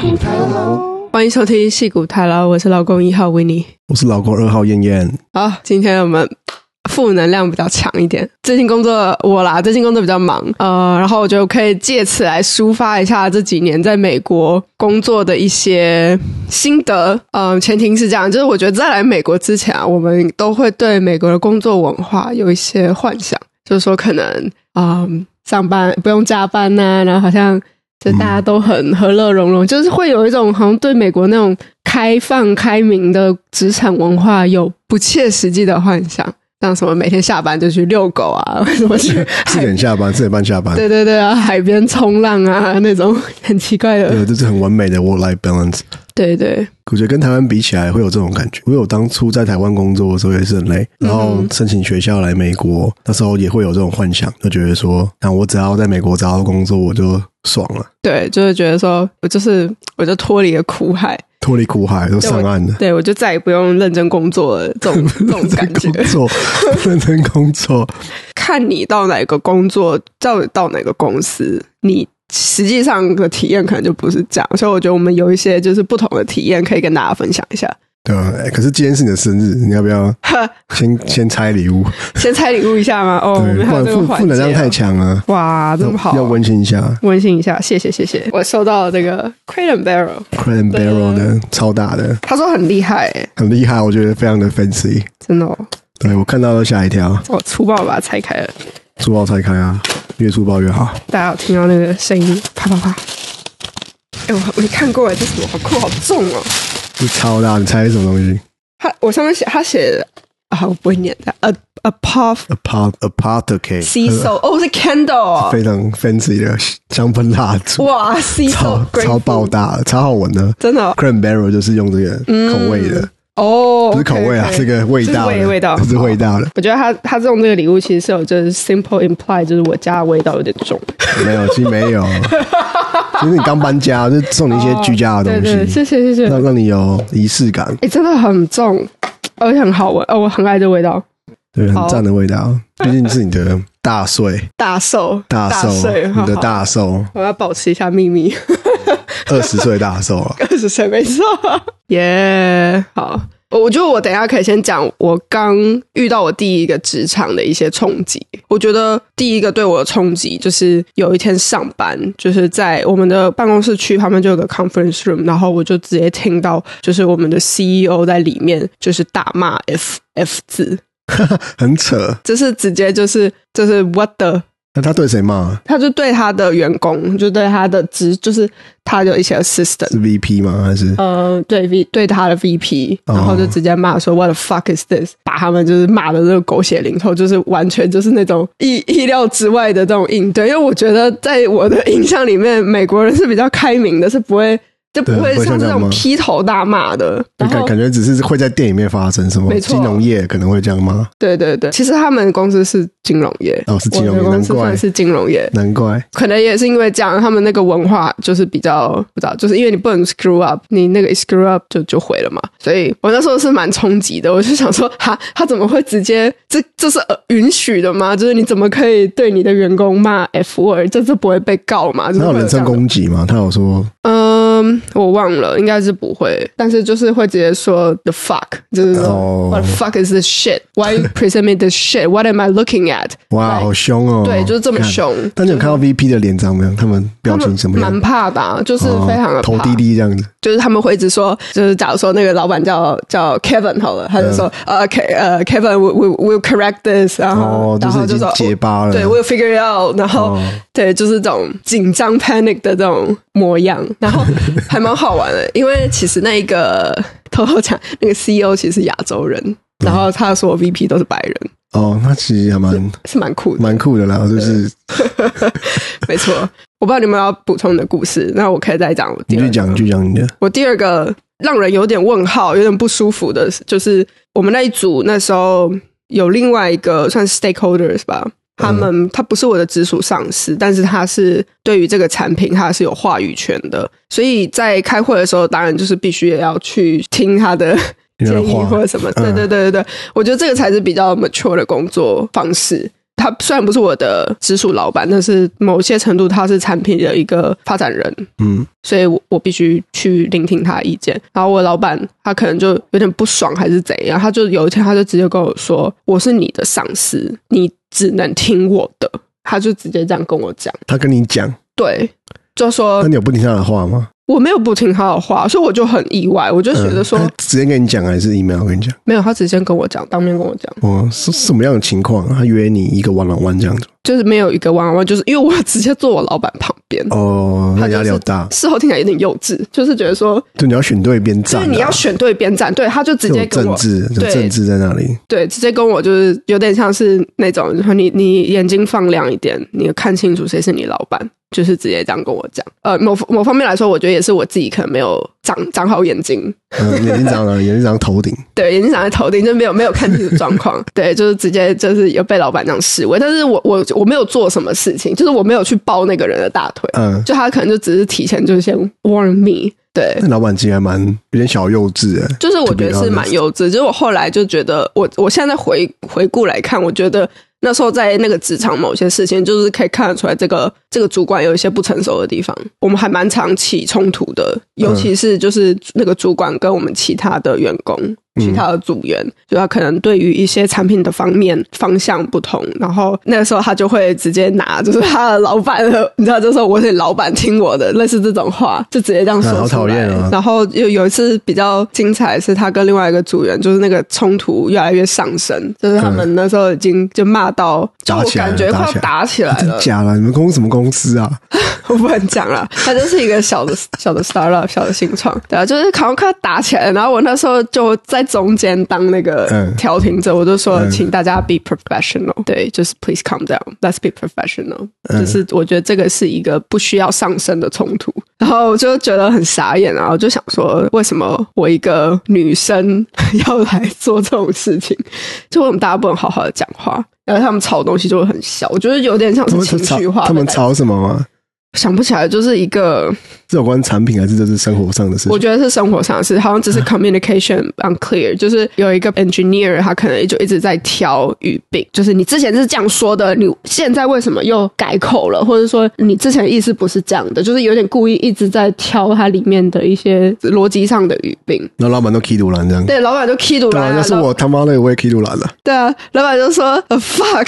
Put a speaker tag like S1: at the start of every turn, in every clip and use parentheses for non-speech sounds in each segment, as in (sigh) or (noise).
S1: 骨台楼，
S2: 欢迎收听戏骨台了，我是老公一号 w i n n i e
S1: 我是老公二号燕燕。
S2: 好，今天我们负能量比较强一点，最近工作我啦，最近工作比较忙，呃，然后我觉得可以借此来抒发一下这几年在美国工作的一些心得。嗯、前提是这样，就是我觉得在来美国之前啊，我们都会对美国的工作文化有一些幻想，就是说可能嗯、上班不用加班呐、然后好像。就大
S1: 嗯
S2: 家都很和乐融融，就是会有一种好像对美国那种开放开明的职场文化有不切实际的幻想，像什么每天下班就去遛狗啊，什
S1: (laughs)
S2: 么去
S1: 四点下班，四点半下班，
S2: 对对对啊，海边冲浪啊那种 (laughs) 很奇怪的，
S1: 对，这是很完美的 work life balance。
S2: 对对
S1: 我觉得跟台湾比起来会有这种感觉，因为我当初在台湾工作的时候也是很累，
S2: 嗯
S1: 然后申请学校来美国，那时候也会有这种幻想，就觉得说，那我只要在美国找到工作，我就爽了，
S2: 对，就是觉得说我就是我就脱离了苦海，
S1: 脱离苦海，都上岸了。
S2: 对我就再也不用认真工作了，
S1: (laughs)
S2: 这种这种感觉
S1: 工。作，认真工作，
S2: 看你到哪个工作，到底到哪个公司，你实际上的体验可能就不是这样。所以我觉得我们有一些就是不同的体验可以跟大家分享一下。
S1: (laughs) 对啊、哎可是今天是你的生日，你要不
S2: (laughs)
S1: 要先先拆礼物？
S2: 先猜礼物一下吗？哦，我
S1: 对，
S2: 们
S1: 不
S2: 还
S1: 然
S2: 有这个
S1: 负负
S2: 环
S1: 能
S2: 节
S1: 量
S2: 啊、
S1: 太强了，
S2: 哇，这么好，啊
S1: 要温馨一下。
S2: 温馨一下，谢谢谢谢。我收到了这个 Crate and Barrel，
S1: Crane Barrel 的
S2: 啊
S1: 超大的，
S2: 他说很厉害、欸，
S1: 很厉害，我觉得非常的 fancy。
S2: 真的、哦，
S1: 对我看到都吓一跳，
S2: 我粗暴把它拆开了，
S1: 粗暴拆开啊，越粗暴越好。
S2: 大家有听到那个声音，啪啪啪。哎、我我没看过哎，这什么？好酷，好重哦！
S1: 这超大，你猜是什么东西
S2: 它我上面写，它写的啊，我不会念的，a a puff
S1: ？Apart Apothecary，
S2: 洗手哦，是 candle 哦，
S1: 非常 fancy 的香氛蜡烛，
S2: 哇，洗手
S1: 超超爆，大的，超好闻的。
S2: 真的哦
S1: Crane Barrel 就是用这个口味的，
S2: 哦，
S1: 不是口味啊，是个味道的，
S2: 这嗯是味味道
S1: 这是味道的。
S2: 我觉得他他这种这个礼物其实是有就是 simple imply，就是我家的味道有点重，
S1: 没有，其实没 (laughs) 有，就是你刚搬家，就送你一些居家的
S2: 对
S1: 东
S2: 对，
S1: 西，
S2: 谢谢谢谢，
S1: 让让你有仪式感，
S2: 哎，真的很重，而且很好闻，哦，我很爱这味道，
S1: 对，
S2: 好
S1: 很赞的味道。毕竟是你的大岁，
S2: 大寿
S1: 大寿，
S2: 岁，
S1: 你的
S2: 好。
S1: 大
S2: (laughs)
S1: 寿，
S2: 我要保持一下秘密，
S1: 二十岁大寿啊了。
S2: 二十岁没错， (laughs) 耶、好，我我觉得我等一下可以先讲我刚遇到我第一个职场的一些冲击。我觉得第一个对我的冲击就是有一天上班，就是在我们的办公室区旁边就有个 conference room，然后我就直接听到就是我们的 CEO 在里面就是大骂 F F 字，
S1: 很扯。
S2: 就是直接就是就是 what the。
S1: 那他对谁骂？
S2: 他就对他的员工，就对他的职，就是他有一些 assistant，
S1: 是 VP 吗？还是
S2: 呃，对 V 对他的 VP，
S1: 哦
S2: 然后就直接骂说、What the fuck is this？把他们就是骂的这个狗血淋头，就是完全就是那种 (laughs) 意意料之外的这种应对。因为我觉得在我的印象里面，美国人是比较开明的，是不会就不
S1: 对
S2: 会
S1: 不会
S2: 像
S1: 像
S2: 这
S1: 这样骂
S2: 种劈头大骂的。然
S1: 感
S2: 后
S1: 感觉只是会在店里面发生什么？
S2: 没错
S1: 金融业可能会这样吗？
S2: 对对对，其实他们公司是金融业，
S1: 哦，是金
S2: 我
S1: 融
S2: 们
S1: 业，
S2: 公
S1: 难
S2: 司
S1: 怪
S2: 算，是金融业，
S1: 难怪。
S2: 可能也是因为这样，他们那个文化就是比较不知道，就是因为你不能 screw up，你那个一 screw up 就就毁了嘛。所以我那时候是蛮冲击的，我就想说，哈，他怎么会直接这这是呃允许的吗？就是你怎么可以对你的员工骂 f word，这是不会被告嘛？就是
S1: 他
S2: 会
S1: 有
S2: 有
S1: 人身
S2: 这样的
S1: 攻击吗？他有说
S2: 嗯，我忘了，应该是不会，但是就是会直接说 the fuck，就是说、
S1: 哦
S2: what the fuck is this shit？Why you present me this shit？What am I looking at？
S1: 哇，好凶哦！
S2: 对，就是这么
S1: 看。
S2: 凶。
S1: 但你有看到 VP 的脸长没有？他们 (laughs) 表情怎么样
S2: 蛮？怕的、啊，就是
S1: 哦
S2: 非常的怕。
S1: 头低低这样子，
S2: 就是他们会一直说，就是假如说那个老板叫叫 Kevin 好了，他就说呃 K 呃 Kevin we we we will correct this，然
S1: 嗯
S2: 后、
S1: 哦，
S2: 然
S1: 是
S2: 后
S1: 已
S2: 就说
S1: 经结巴了。
S2: 对 we'll figure it out，然后、
S1: 哦
S2: 对就是这种紧张 panic 的这种模样，
S1: (laughs)
S2: 然后还蛮好玩的，因为其实那一个偷偷讲，那个 CEO 其实是亚洲人，然后他说我 VP 都是白人，
S1: 哦，那其实还
S2: (laughs)
S1: 蛮
S2: 是蛮酷的，
S1: 蛮酷的啦，就是
S2: 没错。我不知道你们要补充你的故事，那我可以再讲我第
S1: 你
S2: 二
S1: 去
S2: 个
S1: 讲，你去讲你的。
S2: 我第二个让人有点问号、有点不舒服的，就是我们那一组那时候有另外一个算是 stakeholders 吧，
S1: 嗯
S2: 他们他不是我的直属上司，但是他是对于这个产品他是有话语权的，所以在开会的时候，当然就是必须也要去听他的
S1: 你的
S2: (laughs) 建议
S1: 话
S2: 或者什么。对
S1: 嗯
S2: 对对对对，我觉得这个才是比较 mature 的工作方式。他虽然不是我的直属老板，但是某些程度他是产品的一个发展人，
S1: 嗯，
S2: 所以我我必须去聆听他的意见。然后我老板他可能就有点不爽还是怎样，他就有一天他就直接跟我说：“我是你的上司，你只能听我的。”他就直接这样跟我讲，
S1: 他跟你讲，
S2: 对，就说
S1: 那你有不听他的话吗？
S2: 我没有不听他的话，所以我就很意外，我就觉得说、
S1: 嗯他直接跟你讲还是 email 跟你讲？
S2: 没有，他直接跟我讲，当面跟我讲，
S1: 哦，是是什么样的情况？啊他约你一个弯弯弯这样子？
S2: 就是没有一个弯弯，就是因为我直接坐我老板旁边。
S1: 哦，
S2: 他
S1: 那
S2: 就是
S1: 压力好大，
S2: 事后听起来有点幼稚，就是觉得说，
S1: 就你要选对边
S2: 就
S1: 站、啊，
S2: 是你要选对边站，对，他就直
S1: 这
S2: 接
S1: 种
S2: 跟
S1: 政
S2: 我，
S1: 治，这种
S2: 对
S1: 政治在那里，
S2: 对，直接跟我就是有点像是那种，然后你你眼睛放亮一点，你看清楚谁是你老板，就是直接这样跟我讲。呃，某某方面来说，我觉得也是我自己可能没有长长好眼睛，
S1: 嗯，眼睛长到哪里？眼睛长到头顶，
S2: 对，眼睛长在头顶，就没有没有看清楚状况，对，就是直接就是有被老板这样示威，但是我我我没有做什么事情，就是我没有去抱那个人的大腿，
S1: 嗯。
S2: 就他可能就只是提前就先 warn me，对，
S1: 那老板其实还蛮有点小幼稚哎，
S2: 就是我觉得
S1: To be
S2: 是
S1: honest
S2: 蛮幼稚，就是我后来就觉得我，我现在回回顾来看，我觉得那时候在那个职场某些事情，就是可以看得出来，这个这个主管有一些不成熟的地方，我们还蛮常起冲突的，
S1: 嗯
S2: 尤其是就是那个主管跟我们其他的员工。
S1: 嗯
S2: 其他的组员，就他可能对于一些产品的方面方向不同，然后那个时候他就会直接拿，就是他的老板的，你知道，就说我是老板听我的，类似这种话，就直接这样说
S1: 啊好
S2: 出
S1: 讨
S2: 来
S1: 厌啊
S2: 然后有有一次比较精彩的是，他跟另外一个组员就是那个冲突越来越上升，就是他们那时候已经就骂到，就
S1: 打
S2: 我
S1: 起来了
S2: 感觉快要打起来
S1: 真
S2: 了。
S1: 假啦？你们公司什么公司啊？
S2: 我不能讲了，他就是一个小的 (laughs) 小的 startup 小的新创，对啊，就是好像快要打起来了。然后我那时候就在中间当那个
S1: 嗯
S2: 调停者，我就说，
S1: 嗯
S2: 请大家 be professional，对，就是 please calm down，let's be professional。
S1: 嗯
S2: 就是我觉得这个是一个不需要上升的冲突。然后我就觉得很傻眼啊，我就想说，为什么我一个女生 (laughs) 要来做这种事情？就为什么大家不能好好的讲话？然后他们吵东西就会很小，我觉得有点像
S1: 他
S2: 是
S1: 们
S2: 情
S1: 吵
S2: 绪化的
S1: 他们
S2: 感觉
S1: 吵什么吗？
S2: 想不起来，就是一个
S1: 是有关产品还是这是啊生活上的事
S2: 我
S1: 情？
S2: 觉得是生活上的事，好像只是 communication unclear，就是有一个 engineer 他可能就一直在挑语病，就是你之前是这样说的，你现在为什么又改口了，或者说你之前的意思不是这样的，就是有点故意一直在挑它里面的一些逻辑上的语病。
S1: 然后老板都 K 独蓝这样，
S2: 对，啊老板就 key 堵
S1: 当然
S2: 来
S1: 要
S2: 了，
S1: 啊是我他妈的我也 K 独蓝了。
S2: 对啊，老板就说、呃 fuck，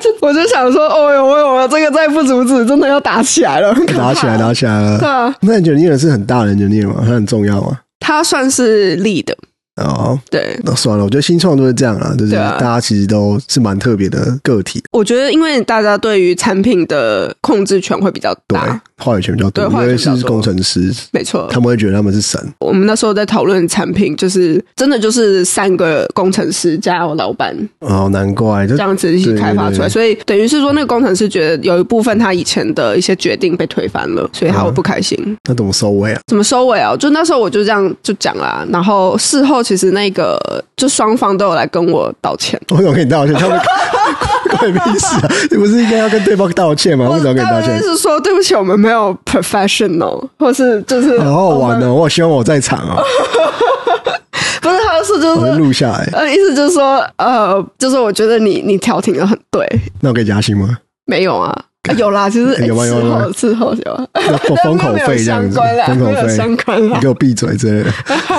S2: 就 (laughs) 我就想说，哦呦，哦呦，哦呦这个再不阻止，真的要打起来了，很可怕
S1: 打起来，打起来
S2: 对
S1: 了。
S2: 啊，
S1: 那 engineer 是很大的 engineer 嘛，他很重要嘛。
S2: 他算是力的，
S1: 哦，
S2: 对，
S1: 那算了，我觉得新创都是这样啊，就是
S2: 对啊
S1: 大家其实都是蛮特别的个体，
S2: 我觉得，因为大家对于产品的控制权会比较
S1: 对
S2: 大，，
S1: 话语权比较多，
S2: 对
S1: 因
S2: 话
S1: 为
S2: 语权比较多
S1: 是工程师，
S2: 没错
S1: 他。们会觉得他们是神。
S2: 我们那时候在讨论产品，就是真的就是三个工程师加我老板
S1: 哦，难怪，就
S2: 这样子一起开发出
S1: 对对对
S2: 来，所以等于是说，那个工程师觉得有一部分他以前的一些决定被推翻了，所以他会
S1: 嗯
S2: 不开心。
S1: 那怎么收尾啊？ (laughs)
S2: 怎么收尾啊？就那时候我就这样就讲啦，然后事后其实那个就双方都有来跟我道歉。
S1: 我怎么跟你道歉？
S2: (laughs)
S1: 他们关你屁事啊！你不是应该要跟对方道歉吗？为什么要跟你道
S2: 我
S1: 歉
S2: 当然？是说对不起，我们没有 professional，或是就是
S1: 好好玩哦！我希望我在场哦，
S2: 不是他是就
S1: 我
S2: 是
S1: 就哦录下来。
S2: (laughs) 呃，意思就是说，呃，就是我觉得你你调停的很对，
S1: 那我可以加薪
S2: (laughs)
S1: 吗？
S2: 没有
S1: (laughs)
S2: 啊，啊有啦，其实
S1: 有吗
S2: 诶
S1: 有吗有吗
S2: 事后事后有啊，
S1: 那封封口
S2: 但没有
S1: 费这样
S2: 相
S1: 子，
S2: 关啦，
S1: 封口
S2: 没有
S1: 费
S2: 相，关
S1: 你
S2: 啦
S1: 给，我闭嘴之类的，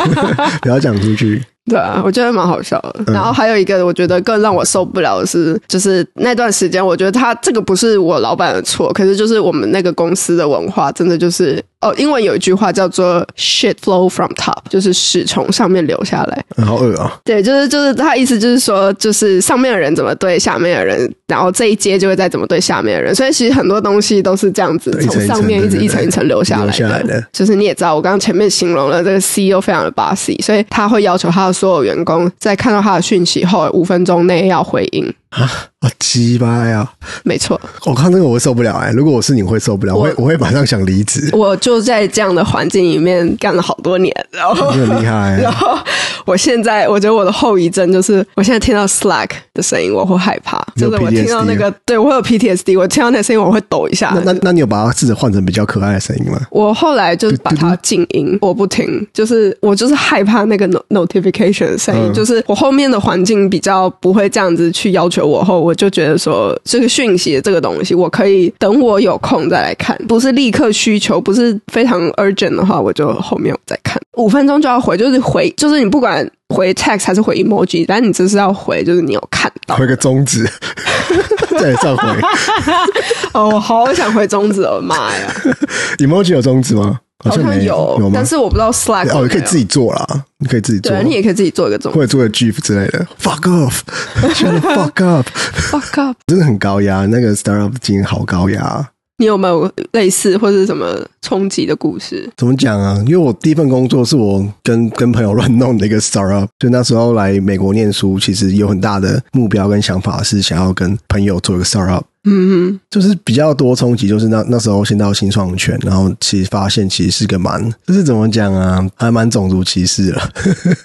S1: (laughs) 不要讲出去。
S2: 对啊，我觉得蛮好笑的。
S1: 嗯
S2: 然后还有一个，我觉得更让我受不了的是，就是那段时间，我觉得他这个不是我老板的错，可是就是我们那个公司的文化，真的就是哦，英文有一句话叫做 “shit flow from top”，就是屎从上面流下来。
S1: 嗯好恶啊！
S2: 对，就是就是他意思就是说，就是上面的人怎么对下面的人，然后这一阶就会再怎么对下面的人，所以其实很多东西都是这样子
S1: 对一层
S2: 从
S1: 一层
S2: 上面一
S1: 对
S2: 直
S1: 对对
S2: 一层一层留下来的。
S1: 留下来的
S2: 就是你也知道，我刚刚前面形容了这个 CEO 非常的巴西，所以他会要求他的所有员工在看到他的讯息后五分钟内要回应。
S1: 啊，鸡巴呀！
S2: 没错，
S1: 我哦看这个我会受不了哎、如果我是你，我会受不了，我会我会马上想离职。
S2: 我就在这样的环境里面干了好多年，然后
S1: 你很厉害、欸
S2: 然后我现在，我觉得我的后遗症就是，我现在听到 Slack 的的声音，我会害怕。
S1: 你有
S2: 就是我听到
S1: PTSD
S2: 那个，对我有 PTSD，我听到那声音我会抖一下
S1: 那。那那你有把它试着换成比较可爱的声音吗？
S2: 我后来就是把它静音，我不听，就是我就是害怕那个 no- notification 的声音，
S1: 嗯
S2: 就是我后面的环境比较不会这样子去要求我后，我就觉得说这个讯息这个东西，我可以等我有空再来看，不是立刻需求，不是非常 urgent 的话，我就后面再看，五分钟就要回，就是回，就是你不管。回 text 还是回 emoji，但你这是要回，就是你有看到
S1: 回个中指， (laughs) 在上回
S2: 哦，我好想回中指哦，妈呀，
S1: emoji 有中指吗？好
S2: 好像
S1: 没
S2: 有，
S1: 有吗
S2: 但？是我不知道 Slack 有
S1: 哦，
S2: 没
S1: 你可以
S2: 有
S1: 自己做啦，你可以自己做
S2: 对，，啊你也可以自己做一个中
S1: 或者做个 gif 之类的。Fuck
S2: (laughs)
S1: off，shut the fuck up，
S2: fuck up。
S1: 真的很高压。那个 startup 经营好高压，啊
S2: 你有没有类似或是什么冲击的故事？
S1: 怎么讲啊？因为我第一份工作是我跟跟朋友乱弄的一个 startup，就那时候来美国念书，其实有很大的目标跟想法是想要跟朋友做一个 startup。
S2: 嗯
S1: 就是比较多冲击，就是那那时候先到新创圈，然后其实发现其实是个蛮，就是怎么讲啊，还蛮种族歧视了。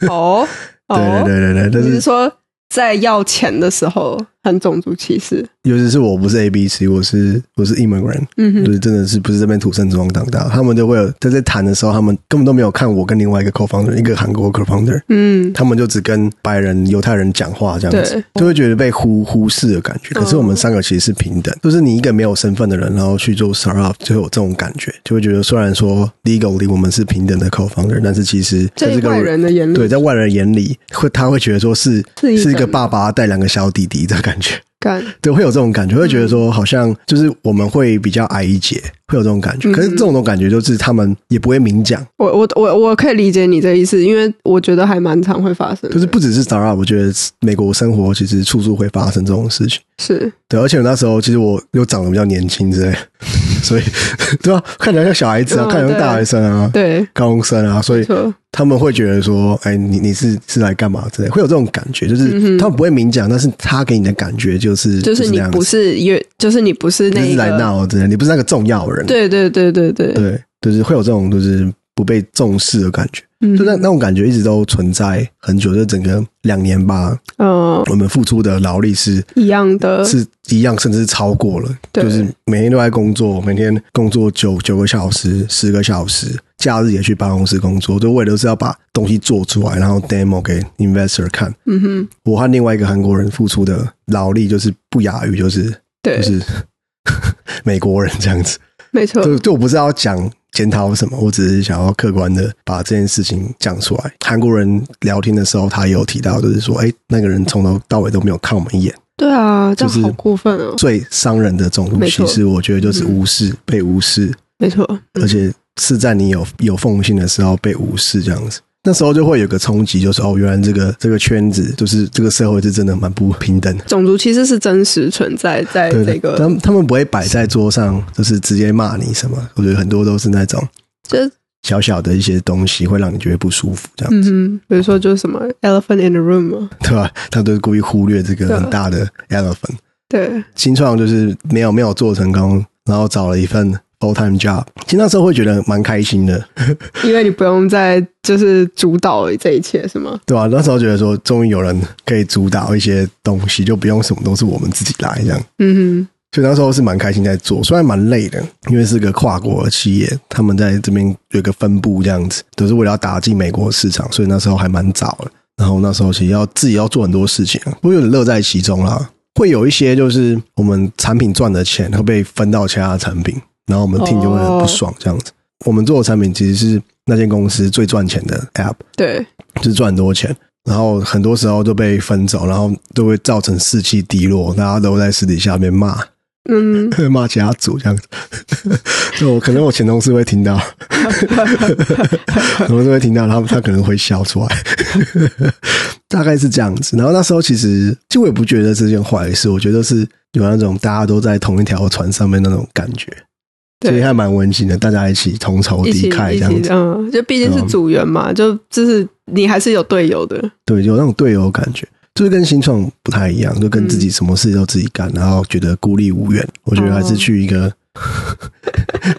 S2: 哼，哦，哦
S1: (laughs) 对对，对对对，但
S2: 你是
S1: 是
S2: 说在要钱的时候很种族歧视？
S1: 尤其是我不是 A B C，我是我是 immigrant，
S2: 嗯哼，
S1: 就是真的是不是这边土生土长长大，他们就会有在在谈的时候，他们根本都没有看我跟另外一个 co-founder，一个韩国 co-founder，
S2: 嗯，
S1: 他们就只跟白人、犹太人讲话这样子
S2: 对，嗯
S1: 就会觉得被忽忽视的感觉。可是我们三个其实是平等，就是你一个没有身份的人，然后去做 startup，就会有这种感觉，就会觉得虽然说 legally 我们是平等的 co-founder，但是其实在
S2: 这
S1: 这
S2: 一
S1: 个
S2: 外人的眼里
S1: 对，在外人眼里，会他会觉得说是
S2: 是一个
S1: 是一个爸爸带两个小弟弟的感觉， (laughs)
S2: 干，
S1: 对，会有这种感
S2: 嗯
S1: 觉，会觉得说好像就是我们会比较矮一截，会有这种感
S2: 嗯
S1: 觉。可是这种感觉就是他们也不会明讲，
S2: 我我我我可以理解你这意思，因为我觉得还蛮常会发生的，
S1: 就是不只是 startup，我觉得美国生活其实处处会发生这种事情。
S2: 是
S1: 对，而且我那时候其实我又长得比较年轻之类的，所以 (laughs) 对啊，看起来像小孩子啊，
S2: 嗯
S1: 看起来像大学生啊，
S2: 对，
S1: 高中生啊，所以
S2: 错，
S1: 他们会觉得说，哎，你你是是来干嘛之类，会有这种感觉，就是他们不会明讲，但是他给你的感觉就是
S2: 嗯就是
S1: 那
S2: 你
S1: 样子
S2: 不是也，就是你不是
S1: 你
S2: 那
S1: 就是
S2: 一
S1: 来
S2: 个，
S1: 闹之类的，你不是那个重要的人，
S2: 对对对对对，
S1: 对，就是会有这种就是不被重视的感觉，
S2: 嗯
S1: 就那那种感觉一直都存在很久，就整个两年吧，
S2: 嗯，
S1: 我们付出的劳力是
S2: 一样的，
S1: 是一样，甚至是超过了。
S2: 呃对
S1: 就是每天都在工作，每天工作九九个小时、十个小时，假日也去办公室工作，就为了是要把东西做出来，然后 demo 给 investor 看。
S2: 嗯哼，
S1: 我和另外一个韩国人付出的劳力就是不亚于就是
S2: 对
S1: 就，是 (laughs) 美国人这样子。
S2: 没错，
S1: 就就我不是要讲检讨什么，我只是想要客观的把这件事情讲出来。韩国人聊天的时候，他也有提到，就是说，哎、那个人从头到尾都没有看我们一眼。
S2: 对啊，这
S1: 就是
S2: 样好过分哦，
S1: 最伤人的种族
S2: 没
S1: 歧
S2: 错嗯
S1: 视，我觉得就是无视、被无视，
S2: 没错，嗯
S1: 而且是在你有有奉献的时候被无视这样子。那时候就会有个冲击，就是哦，原来这个这个圈子，就是这个社会是真的蛮不平等的。
S2: 种族其实是真实存在在
S1: 对
S2: 这
S1: 对，
S2: 个，
S1: 他们他们不会摆在桌上，就是直接骂你什么。我觉得很多都是那种
S2: 就是
S1: 小小的一些东西，会让你觉得不舒服，这样
S2: 嗯哼，比如说就是什么 elephant in the room 啊嘛，
S1: 对吧？他都是故意忽略这个很大的 elephant。 (laughs)
S2: 对，
S1: 新创就是没有没有做成功，然后找了一份 full time job，其实那时候会觉得蛮开心的，
S2: 因为你不用再就是主导这一切是吗？
S1: 对吧、那时候觉得说，终于有人可以主导一些东西，就不用什么都是我们自己来这样。
S2: 嗯
S1: 所以那时候是蛮开心在做，虽然蛮累的，因为是个跨国的企业，他们在这边有一个分部这样子，都是为了要打进美国市场，所以那时候还蛮早了。然后那时候其实要自己要做很多事情，不过有点乐在其中啦。会有一些就是我们产品赚的钱会被分到其他的产品，然后我们听就会很不爽这样子。我们做的产品其实是那间公司最赚钱的 app，
S2: 哼，对，
S1: 就是赚很多钱，然后很多时候就被分走，然后就会造成士气低落，大家都在私底下面骂。 (laughs)
S2: 嗯，
S1: 骂其他组这样子， (laughs) 就我可能我前同事会听到， (laughs) 同事会听到，他他可能会笑出来， (laughs) 大概是这样子。然后那时候其实，其实我也不觉得这件坏事，我觉得是有那种大家都在同一条船上面那种感觉，所以
S2: 对，
S1: 还蛮温馨的，大家一起同仇
S2: 一
S1: 敌
S2: 起
S1: 忾
S2: 一
S1: 这样
S2: 起，
S1: 子，
S2: 嗯，就毕竟是组员嘛，就就是你还是有队友的，
S1: 对，有那种队友感觉。就是跟新
S2: 嗯哦
S1: 创不太一样，就跟自己什么事都自己干，然后觉得孤立无援。我觉得还是去一个 (laughs)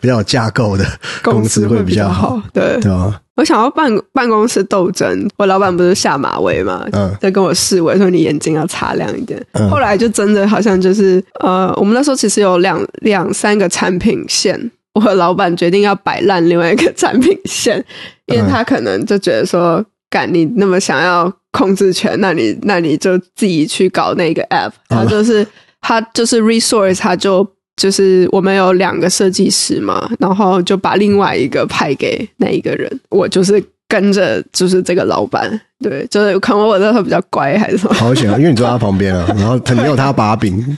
S1: 比较有架构的
S2: 公
S1: 司
S2: 会
S1: 比较
S2: 好，对。
S1: 对吧？
S2: 我想要办办公室斗争，我老板不是下马威嘛，
S1: 嗯
S2: 在跟我示威说你眼睛要擦亮一点。
S1: 嗯
S2: 后来就真的好像就是呃，我们那时候其实有两两三个产品线，我和老板决定要摆烂另外一个产品线，因为
S1: 嗯
S2: 他可能就觉得说，干你那么想要控制权，那你那你就自己去搞那个 app，
S1: 好
S2: 他
S1: 了
S2: 就是他就是 resource，他就。就是我们有两个设计师嘛，然后就把另外一个派给那一个人，我就是跟着就是这个老板，对，就是可能我那时候比较乖还
S1: (laughs)
S2: 是什么，
S1: 好险啊，因为你坐在他旁边啊，然后他没有他把柄，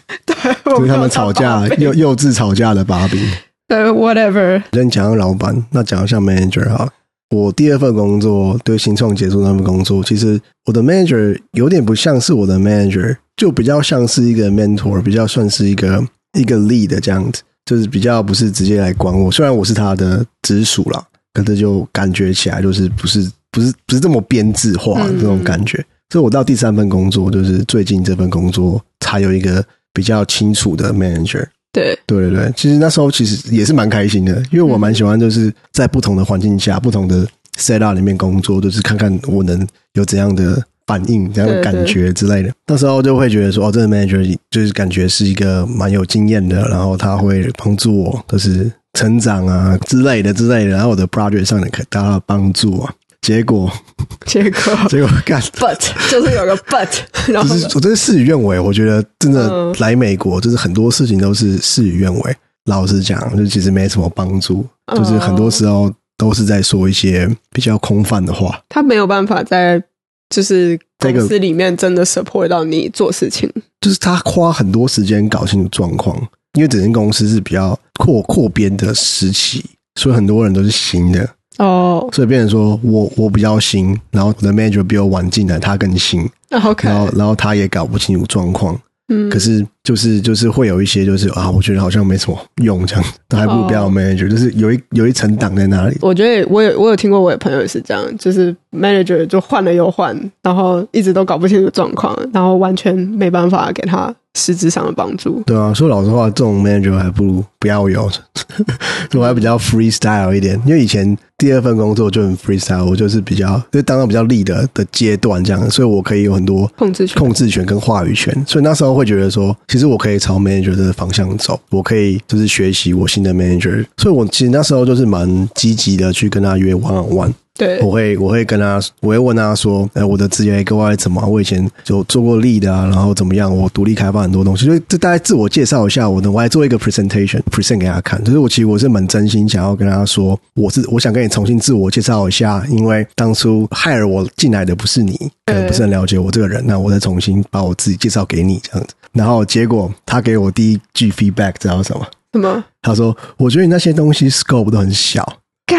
S2: 我
S1: 就
S2: (laughs)
S1: 是
S2: 没有
S1: 他们
S2: 当
S1: 吵
S2: 老
S1: 架
S2: 板
S1: 幼幼稚吵架的把柄。
S2: 对 whatever，
S1: 先讲到老板，那讲一下 manager 哈。我第二份工作对新创结束那份工作，其实我的 manager 有点不像是我的 manager，就比较像是一个 mentor，比较算是一个一个 lead 这样子，就是比较不是直接来管我。虽然我是他的直属啦，可是就感觉起来就是不是不是不是这么编制化的
S2: 嗯
S1: 这种感觉。所以我到第三份工作，就是最近这份工作才有一个比较清楚的 manager。
S2: 对，
S1: 对对对，其实那时候其实也是蛮开心的，因为我蛮喜欢就是在不同的环境下、不同的 set up 里面工作，就是看看我能有怎样的反应、怎样的感觉之类的。那时候就会觉得说，哦，这个 manager 就是感觉是一个蛮有经验的，然后他会帮助我，就是成长啊之类的之类的，然后我的 project 上能给大家帮助啊。结果，
S2: 结果
S1: 结果干 (laughs)
S2: but 就是有个 but，然
S1: 就
S2: 后
S1: 是我真的事与愿违。我觉得真的
S2: 嗯
S1: 来美国，就是很多事情都是事与愿违。老实讲，就其实没什么帮助，就是很
S2: 嗯
S1: 多时候都是在说一些比较空泛的话。
S2: 他没有办法在就是
S1: 这个
S2: 公司里面真的 support 到你做事情，
S1: 就是他花很多时间搞清楚状况，因为整间公司是比较扩扩编的时期，所以很多人都是新的，
S2: 哦、
S1: 所以变成说我我比较新，然后我的 manager 比我晚进来，他更新，
S2: o k
S1: 然后然后他也搞不清楚状况，
S2: 嗯，
S1: 可是就是就是会有一些就是啊，我觉得好像没什么用这样，还不如不要有 manager，、就是有一有一层挡在那里。
S2: 我觉得我有我有听过我的朋友也是这样，就是 manager 就换了又换，然后一直都搞不清楚状况，然后完全没办法给他实质上的帮助。
S1: 对啊，说老实话，这种 manager 还不如不要有， (laughs) 我还比较 freestyle 一点。因为以前第二份工作就很 freestyle，我就是比较就当到比较 lead 的的阶段这样，所以我可以有很多
S2: 控制权，
S1: 控制权跟话语权。所以那时候会觉得说，其实我可以朝 manager 的方向走，我可以就是学习我新的 manager。所以我其实那时候就是蛮积极的去跟他约 one on one。
S2: 对
S1: 我会我会跟他，我会问他说，哎、我的职业规划是怎么啊？我以前有做过力的啊，然后怎么样？我独立开发很多东西，所以这大概自我介绍一下我的，我还做一个 presentation，present 给他看。就是我其实我是蛮真心想要跟他说，我是我想跟你重新自我介绍一下，因为当初害了我进来的不是你，可能不是很了解我这个人，那我再重新把我自己介绍给你这样子。然后结果他给我第一句 feedback 知道是什么？
S2: 什么？
S1: 他说：“我觉得你那些东西 scope 都很小。”
S2: 嘎，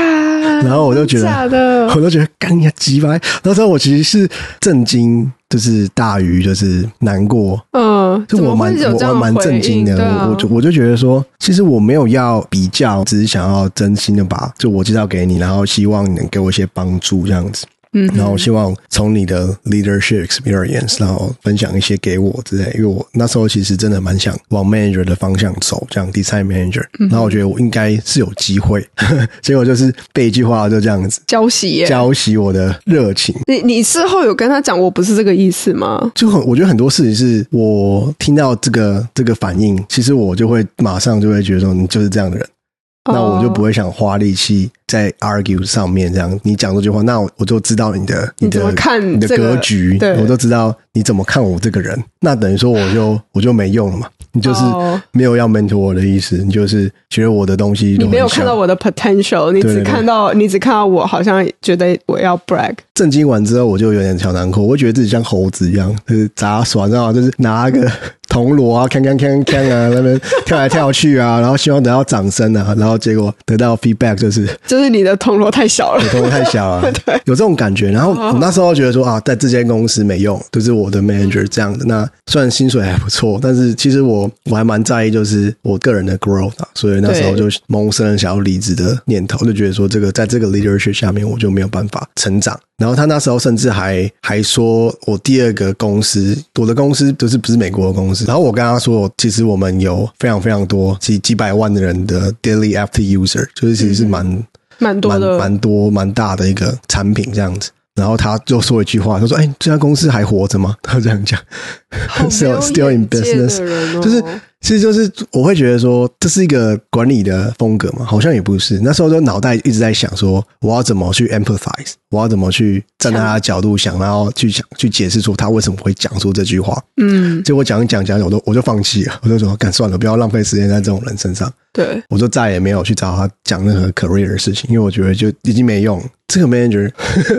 S1: 然后我就觉得
S2: 假的，
S1: (laughs) 我都觉得干你鸡巴。那时候我其实是震惊，就是大于就是难过，
S2: 嗯，
S1: 就
S2: 怎
S1: 我
S2: 么
S1: 蛮
S2: 会有
S1: 我
S2: 这样
S1: 我蛮
S2: 回
S1: 震
S2: 应
S1: 惊的。
S2: 对啊、
S1: 我我就我就觉得说，其实我没有要比较，只是想要真心的把就我介绍给你，然后希望你能给我一些帮助这样子。
S2: 嗯哼，
S1: 然后希望从你的 leadership experience，然后分享一些给我之类，因为我那时候其实真的蛮想往 manager 的方向走，这样 design manager，、然
S2: 嗯
S1: 后我觉得我应该是有机会， (laughs) 结果就是被一句话就这样子
S2: 交喜耶。
S1: 浇熄我的热情。
S2: 你你事后有跟他讲我不是这个意思吗？
S1: 就很，我觉得很多事情是我听到这个这个反应，其实我就会马上就会觉得说你就是这样的人，
S2: 哦
S1: 那我就不
S2: 会。
S1: 会想花力气在 argue 上面这样。你讲这句话，那我我就知道你的
S2: 你怎
S1: 的
S2: 么看
S1: 你的
S2: 这个
S1: 格局，
S2: 对
S1: 我都知道你怎么看我这个人。那等于说我就我就没用了嘛，你就是
S2: 哦
S1: 没有要 mentor 我的意思，你就是觉得我的东西都
S2: 你没有
S1: 很像
S2: 看到我的 potential，你
S1: 对
S2: 只
S1: 对对
S2: 看到你只看到我好像觉得我要 brag，
S1: 震惊完之后，我就有点小难过，我会觉得自己像猴子一样，就是杂耍，你知道吗？就是拿个铜锣啊，锵锵锵锵啊，那边跳来跳去啊，然后希望得到掌声啊，然后结果得到 feedback 就是
S2: 就是你的铜锣太小了
S1: 我。头太小了，有这种感觉。然后我那时候觉得说啊，在这间公司没用，就是我的 manager 这样的。那虽然薪水还不错，但是其实我我还蛮在意就是我个人的 growth 啊，所以那时候就萌生了想要离职的念头，就觉得说这个在这个 leadership 下面我就没有办法成长。然后他那时候甚至还还说我第二个公司，我的公司就是不是美国的公式。然后我跟他说，其实我们有非常非常多几几百万的人的 daily active user，就是其实是蛮、
S2: 蛮多
S1: 蛮
S2: 的，
S1: 蛮多蛮大的一个产品这样子。然后他就说一句话，他说：“哎、这家公司还活着吗？” (laughs) 他这样讲。
S2: 好哦没
S1: (laughs) still-
S2: 有
S1: still in
S2: 眼界
S1: business，
S2: 的人哦，
S1: 就是其实就是我会觉得说，这是一个管理的风格嘛，好像也不是。那时候就脑袋一直在想说，我要怎么去 empathize，我要怎么去站在他的角度想，然后去想去解释说他为什么会讲出这句话。
S2: 嗯，
S1: 结果讲一讲讲一讲，我都我就放弃了，我就说，干算了，不要浪费时间在这种人身上。
S2: 对，
S1: 我就再也没有去找他讲任何 career 的事情，因为我觉得就已经没用。这个 manager (laughs)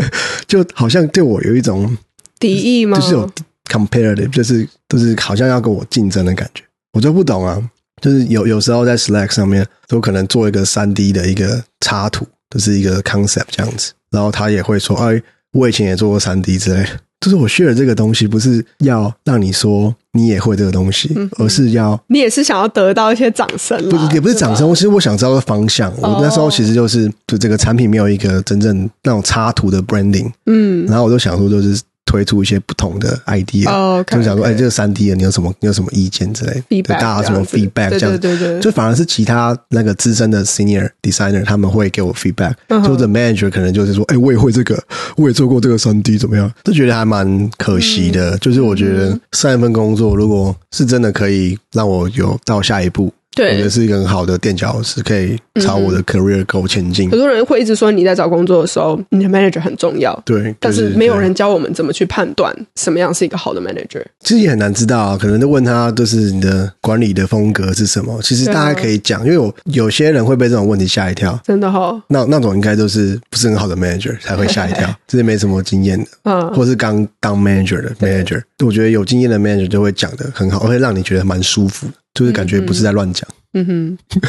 S1: 就好像对我有一种
S2: 敌意吗？
S1: 就是有 comparative，就是就是好像要跟我竞争的感觉，我就不懂啊。就是有有时候在 Slack 上面都可能做一个三 D 的一个插图，就是一个 concept 这样子，然后他也会说，哎，我以前也做过三 D 之类的。就是我 share 这个东西，不是要让你说你也会这个东西，
S2: 嗯
S1: 而是要
S2: 你也是想要得到一些掌声啦，
S1: 不是也不是
S2: 对吧哦
S1: 掌声，我其实我想知道的方向。我那时候其实就是对这个产品没有一个真正那种插图的 branding，
S2: 嗯
S1: 然后我就想说就是推出一些不同的 idea，、
S2: 哦，OK，
S1: 就想说，哎、
S2: OK
S1: 这个三 D 的你有什么你有什么意见之类的，对
S2: feedback
S1: 大家有什么
S2: 这样子
S1: feedback
S2: 对
S1: 这样
S2: 对
S1: 子。
S2: 对对，
S1: 就反而是其他那个资深的 senior designer 他们会给我 feedback，、
S2: 嗯哼
S1: 就 the manager 可能就是说，哎、我也会这个，我也做过这个三 D，怎么样？就觉得还蛮可惜
S2: 嗯
S1: 的。就是我觉得上一份工作如果是真的可以让我有到下一步，我觉
S2: 对
S1: 得。是一个很好的垫脚石，可以
S2: 嗯
S1: 朝我的 career goal 前进。
S2: 很多人会一直说你在找工作的时候，你的 manager 很重要，
S1: 对，就
S2: 但是没有
S1: 对
S2: 人教我们怎么去判断什么样是一个好的 manager。
S1: 其实也很难知道啊，可能就问他，就是你的管理的风格是什么？其实
S2: 对啊
S1: 大家可以讲，因为有有些人会被这种问题吓一跳，
S2: 真的哈，
S1: 那那种应该都是不是很好的 manager 才会吓一跳，这是没什么经验的，
S2: 嗯，
S1: 或是刚当 manager 的 manager，我觉得有经验的 manager 就会讲的很好，会让你觉得蛮舒服，就是感觉不是在乱讲。
S2: 嗯哼，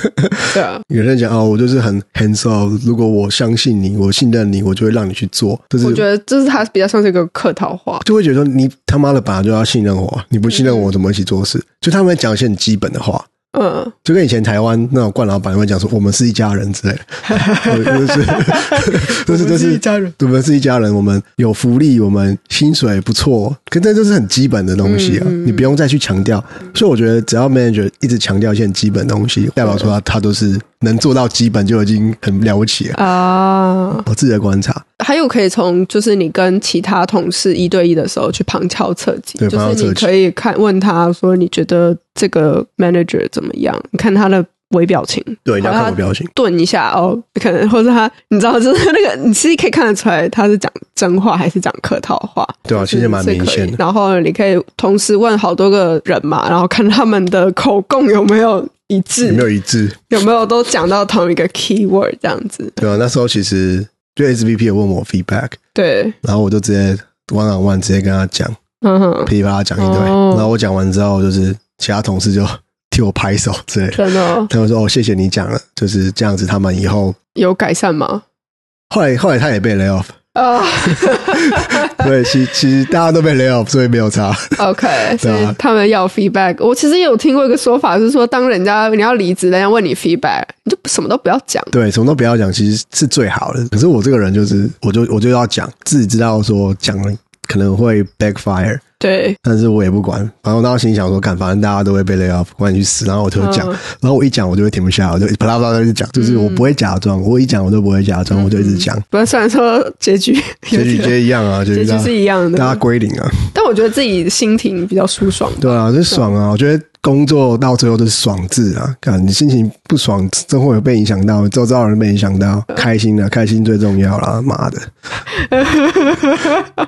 S2: 对啊，
S1: 有些人讲哦，我就是很 hands off，如果我相信你，我信任你，我就会让你去做，就是
S2: 我觉得这是他比较像是一个客套话，
S1: 就会觉得说你他妈的本来就要信任我啊，你不信任我怎么一起做事？就他们讲一些很基本的话。
S2: 嗯，
S1: 就跟以前台湾那种冠老板会讲说，我们是一家人之
S2: (laughs)
S1: 类的，就是就是就是
S2: 家人，
S1: 我们是一家人，我们有福利，我们薪水不错，可这就是很基本的东西啊，
S2: 嗯
S1: 你不用再去强调。所以我觉得，只要 manager 一直强调一些很基本的东西，代表说他他都是能做到基本就已经很了不起了。
S2: 啊，
S1: 我自己的观察，
S2: 还有可以从就是你跟其他同事一对一的时候去旁敲侧击，
S1: 对旁敲
S2: 就是
S1: 侧
S2: 你
S1: 击
S2: 可以看问他说你觉得这个 manager 怎么样？你看他的微表情，
S1: 对，你要
S2: 好
S1: 看
S2: 他
S1: 我表情，
S2: 顿一下哦，可能或者他，你知道，就是那个，你其实可以看得出来他是讲真话还是讲客套话，
S1: 对啊，其实蛮
S2: 是可以
S1: 明显的。
S2: 然后你可以同时问好多个人嘛，然后看他们的口供有没有一致，
S1: 有没有一致？
S2: 有没有都讲到同一个 keyword 这样子。
S1: 对啊，那时候其实就 SVP 有问我 feedback，
S2: 对，
S1: 然后我就直接 one on one 直接跟他讲，
S2: 嗯哼，
S1: 噼里啪啦讲一堆。
S2: 哦
S1: 然后我讲完之后，就是其他同事就 (laughs) 替我拍手之类的。
S2: 真的哦
S1: 他们说：“哦，谢谢你讲了，就是这样子。”他们以后
S2: 有改善吗？
S1: 后来后来他也被 lay off，
S2: 啊、 (laughs)
S1: 对，其其实大家都被 lay off，所以没有差。
S2: o k 所
S1: 对啊
S2: 以他们要 feedback。我其实也有听过一个说法，是说当人家你 (laughs) 要离职，人家问你 feedback，你就什么都不要讲。
S1: 对，什么都不要讲，其实是最好的。可是我这个人就是，我就我就要讲，自己知道说讲了可能会 backfire，
S2: 对，
S1: 但是我也不管。然后我当时心里想说，干，反正大家都会被 lay off，管你去死。然后我就讲，
S2: 嗯
S1: 然后我一讲我就会停不下来，我就啪啦啪啦一直讲，就是我不会假装，我一讲我都不会假装，我就一直讲。
S2: 不然虽然说结局有
S1: 结局
S2: 点
S1: 皆一样啊，结
S2: 结
S1: 局
S2: 局
S1: 大
S2: 是
S1: 家
S2: 一样的，
S1: 大家归零啊，
S2: 但我觉得自己心情比较
S1: (laughs)
S2: 舒爽吧。
S1: 对啊，就爽啊！我觉得工作到最后都是爽字啊，看你心情不爽，真会有被影响到，周遭人被影响到，开心啊，开心最重要啦，妈的！
S2: (laughs)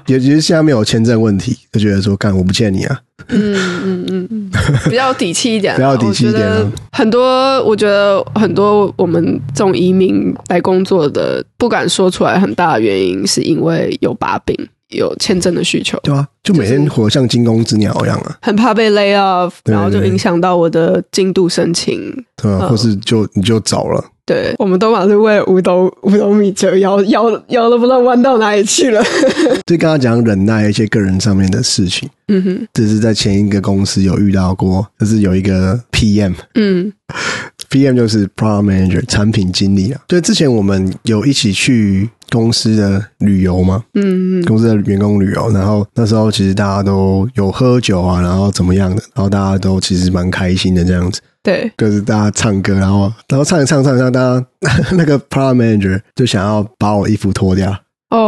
S1: 也其实现在没有签证问题，就觉得说干我不欠你啊，
S2: 嗯嗯嗯嗯，比较有底气一点啊，
S1: 比较有底气一点啊
S2: 我觉得很多，我觉得很多我们这种移民来工作的，不敢说出来，很大的原因是因为有把柄，有签证的需求，
S1: 对啊，就每天活得像惊弓之鸟一样啊，
S2: 很怕被 lay off，
S1: 对
S2: 然后就
S1: 对
S2: 影响到我的进度申请。
S1: 对啊，或是就你就走了，
S2: 对，我们都马是为了五斗五斗米折腰，腰腰都不知道弯到哪里去了。
S1: 就跟他讲忍耐一些个人上面的事情。
S2: 嗯哼，
S1: 这是在前一个公司有遇到过，就是有一个 PM，
S2: 嗯
S1: PM 就是 Product Manager 产品经理啊。对，之前我们有一起去公司的旅游嘛，
S2: 嗯嗯
S1: 公司的员工旅游，然后那时候其实大家都有喝酒啊，然后怎么样的，然后大家都其实蛮开心的这样子，
S2: 对，
S1: 就是大家唱歌，然后然后唱一唱唱一唱，大家 (laughs) 那个 p r o manager 就想要把我衣服脱掉，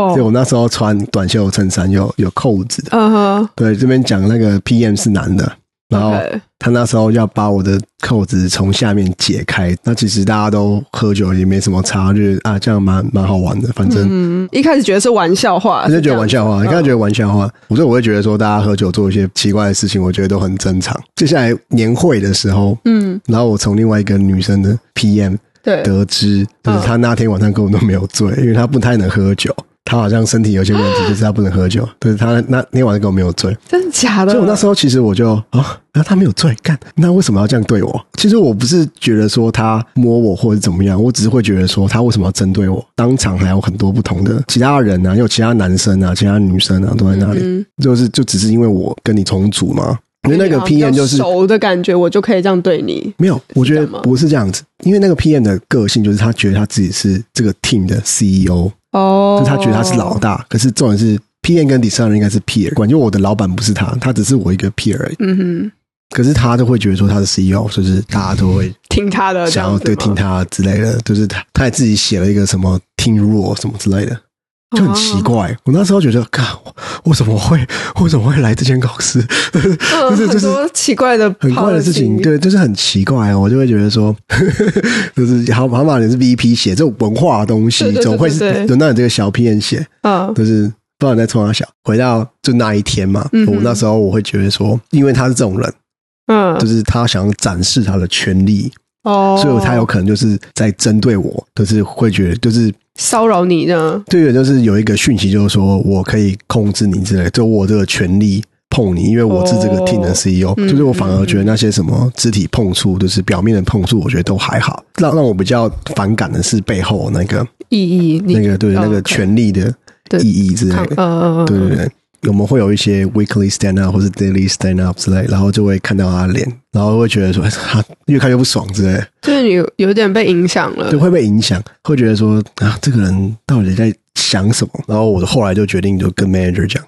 S1: 所以
S2: 哦，
S1: 我那时候穿短袖衬衫，有有扣子的。
S2: 嗯哼
S1: 对，这边讲那个 PM 是男的，然后
S2: ，OK，
S1: 他那时候要把我的扣子从下面解开，那其实大家都喝酒也没什么差，就是啊这样蛮蛮好玩的，反正
S2: 嗯，一开始觉得是玩笑话，
S1: 他就是觉
S2: 这
S1: 得
S2: 样
S1: 玩笑话，
S2: 子
S1: 你刚才觉得玩笑话，所以我会觉得说，大家喝酒做一些奇怪的事情，我觉得都很正常。接下来年会的时候，
S2: 嗯，
S1: 然后我从另外一个女生的 PM
S2: 对，嗯
S1: 得知，就是她那天晚上根本都没有醉，因为她不太能喝酒，她好像身体有些问题，就是她不能喝酒，对她那那天晚上根本没有醉，
S2: 真的假的？
S1: 所以我那时候其实我就啊，那、他没有罪，干，那为什么要这样对我？其实我不是觉得说他摸我或者怎么样，我只是会觉得说他为什么要针对我？当场还有很多不同的其他人啊，有其他男生啊，其他女生啊都在那里，
S2: 嗯
S1: 就是就只是因为我跟你同组嘛，因为那个
S2: 好像
S1: P N
S2: 比较
S1: 就是
S2: 熟的感觉，我就可以这样对你。
S1: 没有，我觉得
S2: 是这样吗
S1: 不是这样子，因为那个 P N 的个性就是他觉得他自己是这个 team 的 C E O，
S2: 哦
S1: 就，他觉得他是老大，可是重点是 P N 跟 designer 应该是 peer，管就我的老板不是他，他只是我一个 peer 而已。
S2: 嗯哼，
S1: 可是他就会觉得说他是 CEO，就是大家都会
S2: 听他的，
S1: 想要对听，他之类的，就是他他也自己写了一个什么听 rule 什么之类的，就
S2: 哦
S1: 很奇怪。我那时候觉得，靠，我怎么会我怎么会来这间公司？就
S2: 哦，
S1: 是
S2: 嗯，
S1: 就是
S2: 很多奇怪的
S1: 很怪的事情，
S2: policy，
S1: 对，就是很奇怪哦。我就会觉得说， (laughs) 就是好好马你是 VP 写这种文化的东西
S2: 对，对对
S1: 总会是
S2: 对对
S1: 轮到你这个小 PM 写，
S2: 嗯
S1: 就是不然在冲他小。回到就那一天嘛，
S2: 嗯哼
S1: 我那时候我会觉得说，因为他是这种人，
S2: 嗯
S1: 就，是他想要展示他的权利。
S2: 哦，
S1: 所以他有可能就是在针对我，就是会觉得就是
S2: 骚扰你呢，
S1: 对的，就是有一个讯息，就是说我可以控制你之类的，就我有这个权利碰你，因为我是这个
S2: 哦
S1: team 的 CEO，、
S2: 嗯
S1: 就是我反而觉得那些什么肢体碰触，就是表面的碰触，我觉得都还好。让让我比较反感的是背后那个
S2: 意义，你
S1: 那个对
S2: 哦
S1: 那个
S2: OK
S1: 权利的
S2: 对
S1: 意义之类
S2: 看
S1: 的，
S2: 嗯嗯嗯，
S1: 对对对。我们会有一些 weekly stand up 或是 daily stand up 之类，然后就会看到他的脸，然后会觉得说他越看越不爽之类的。
S2: 就是你有有点被影响了
S1: 对，，会被影响，会觉得说啊，这个人到底在想什么？然后我后来就决定就跟 manager 讲，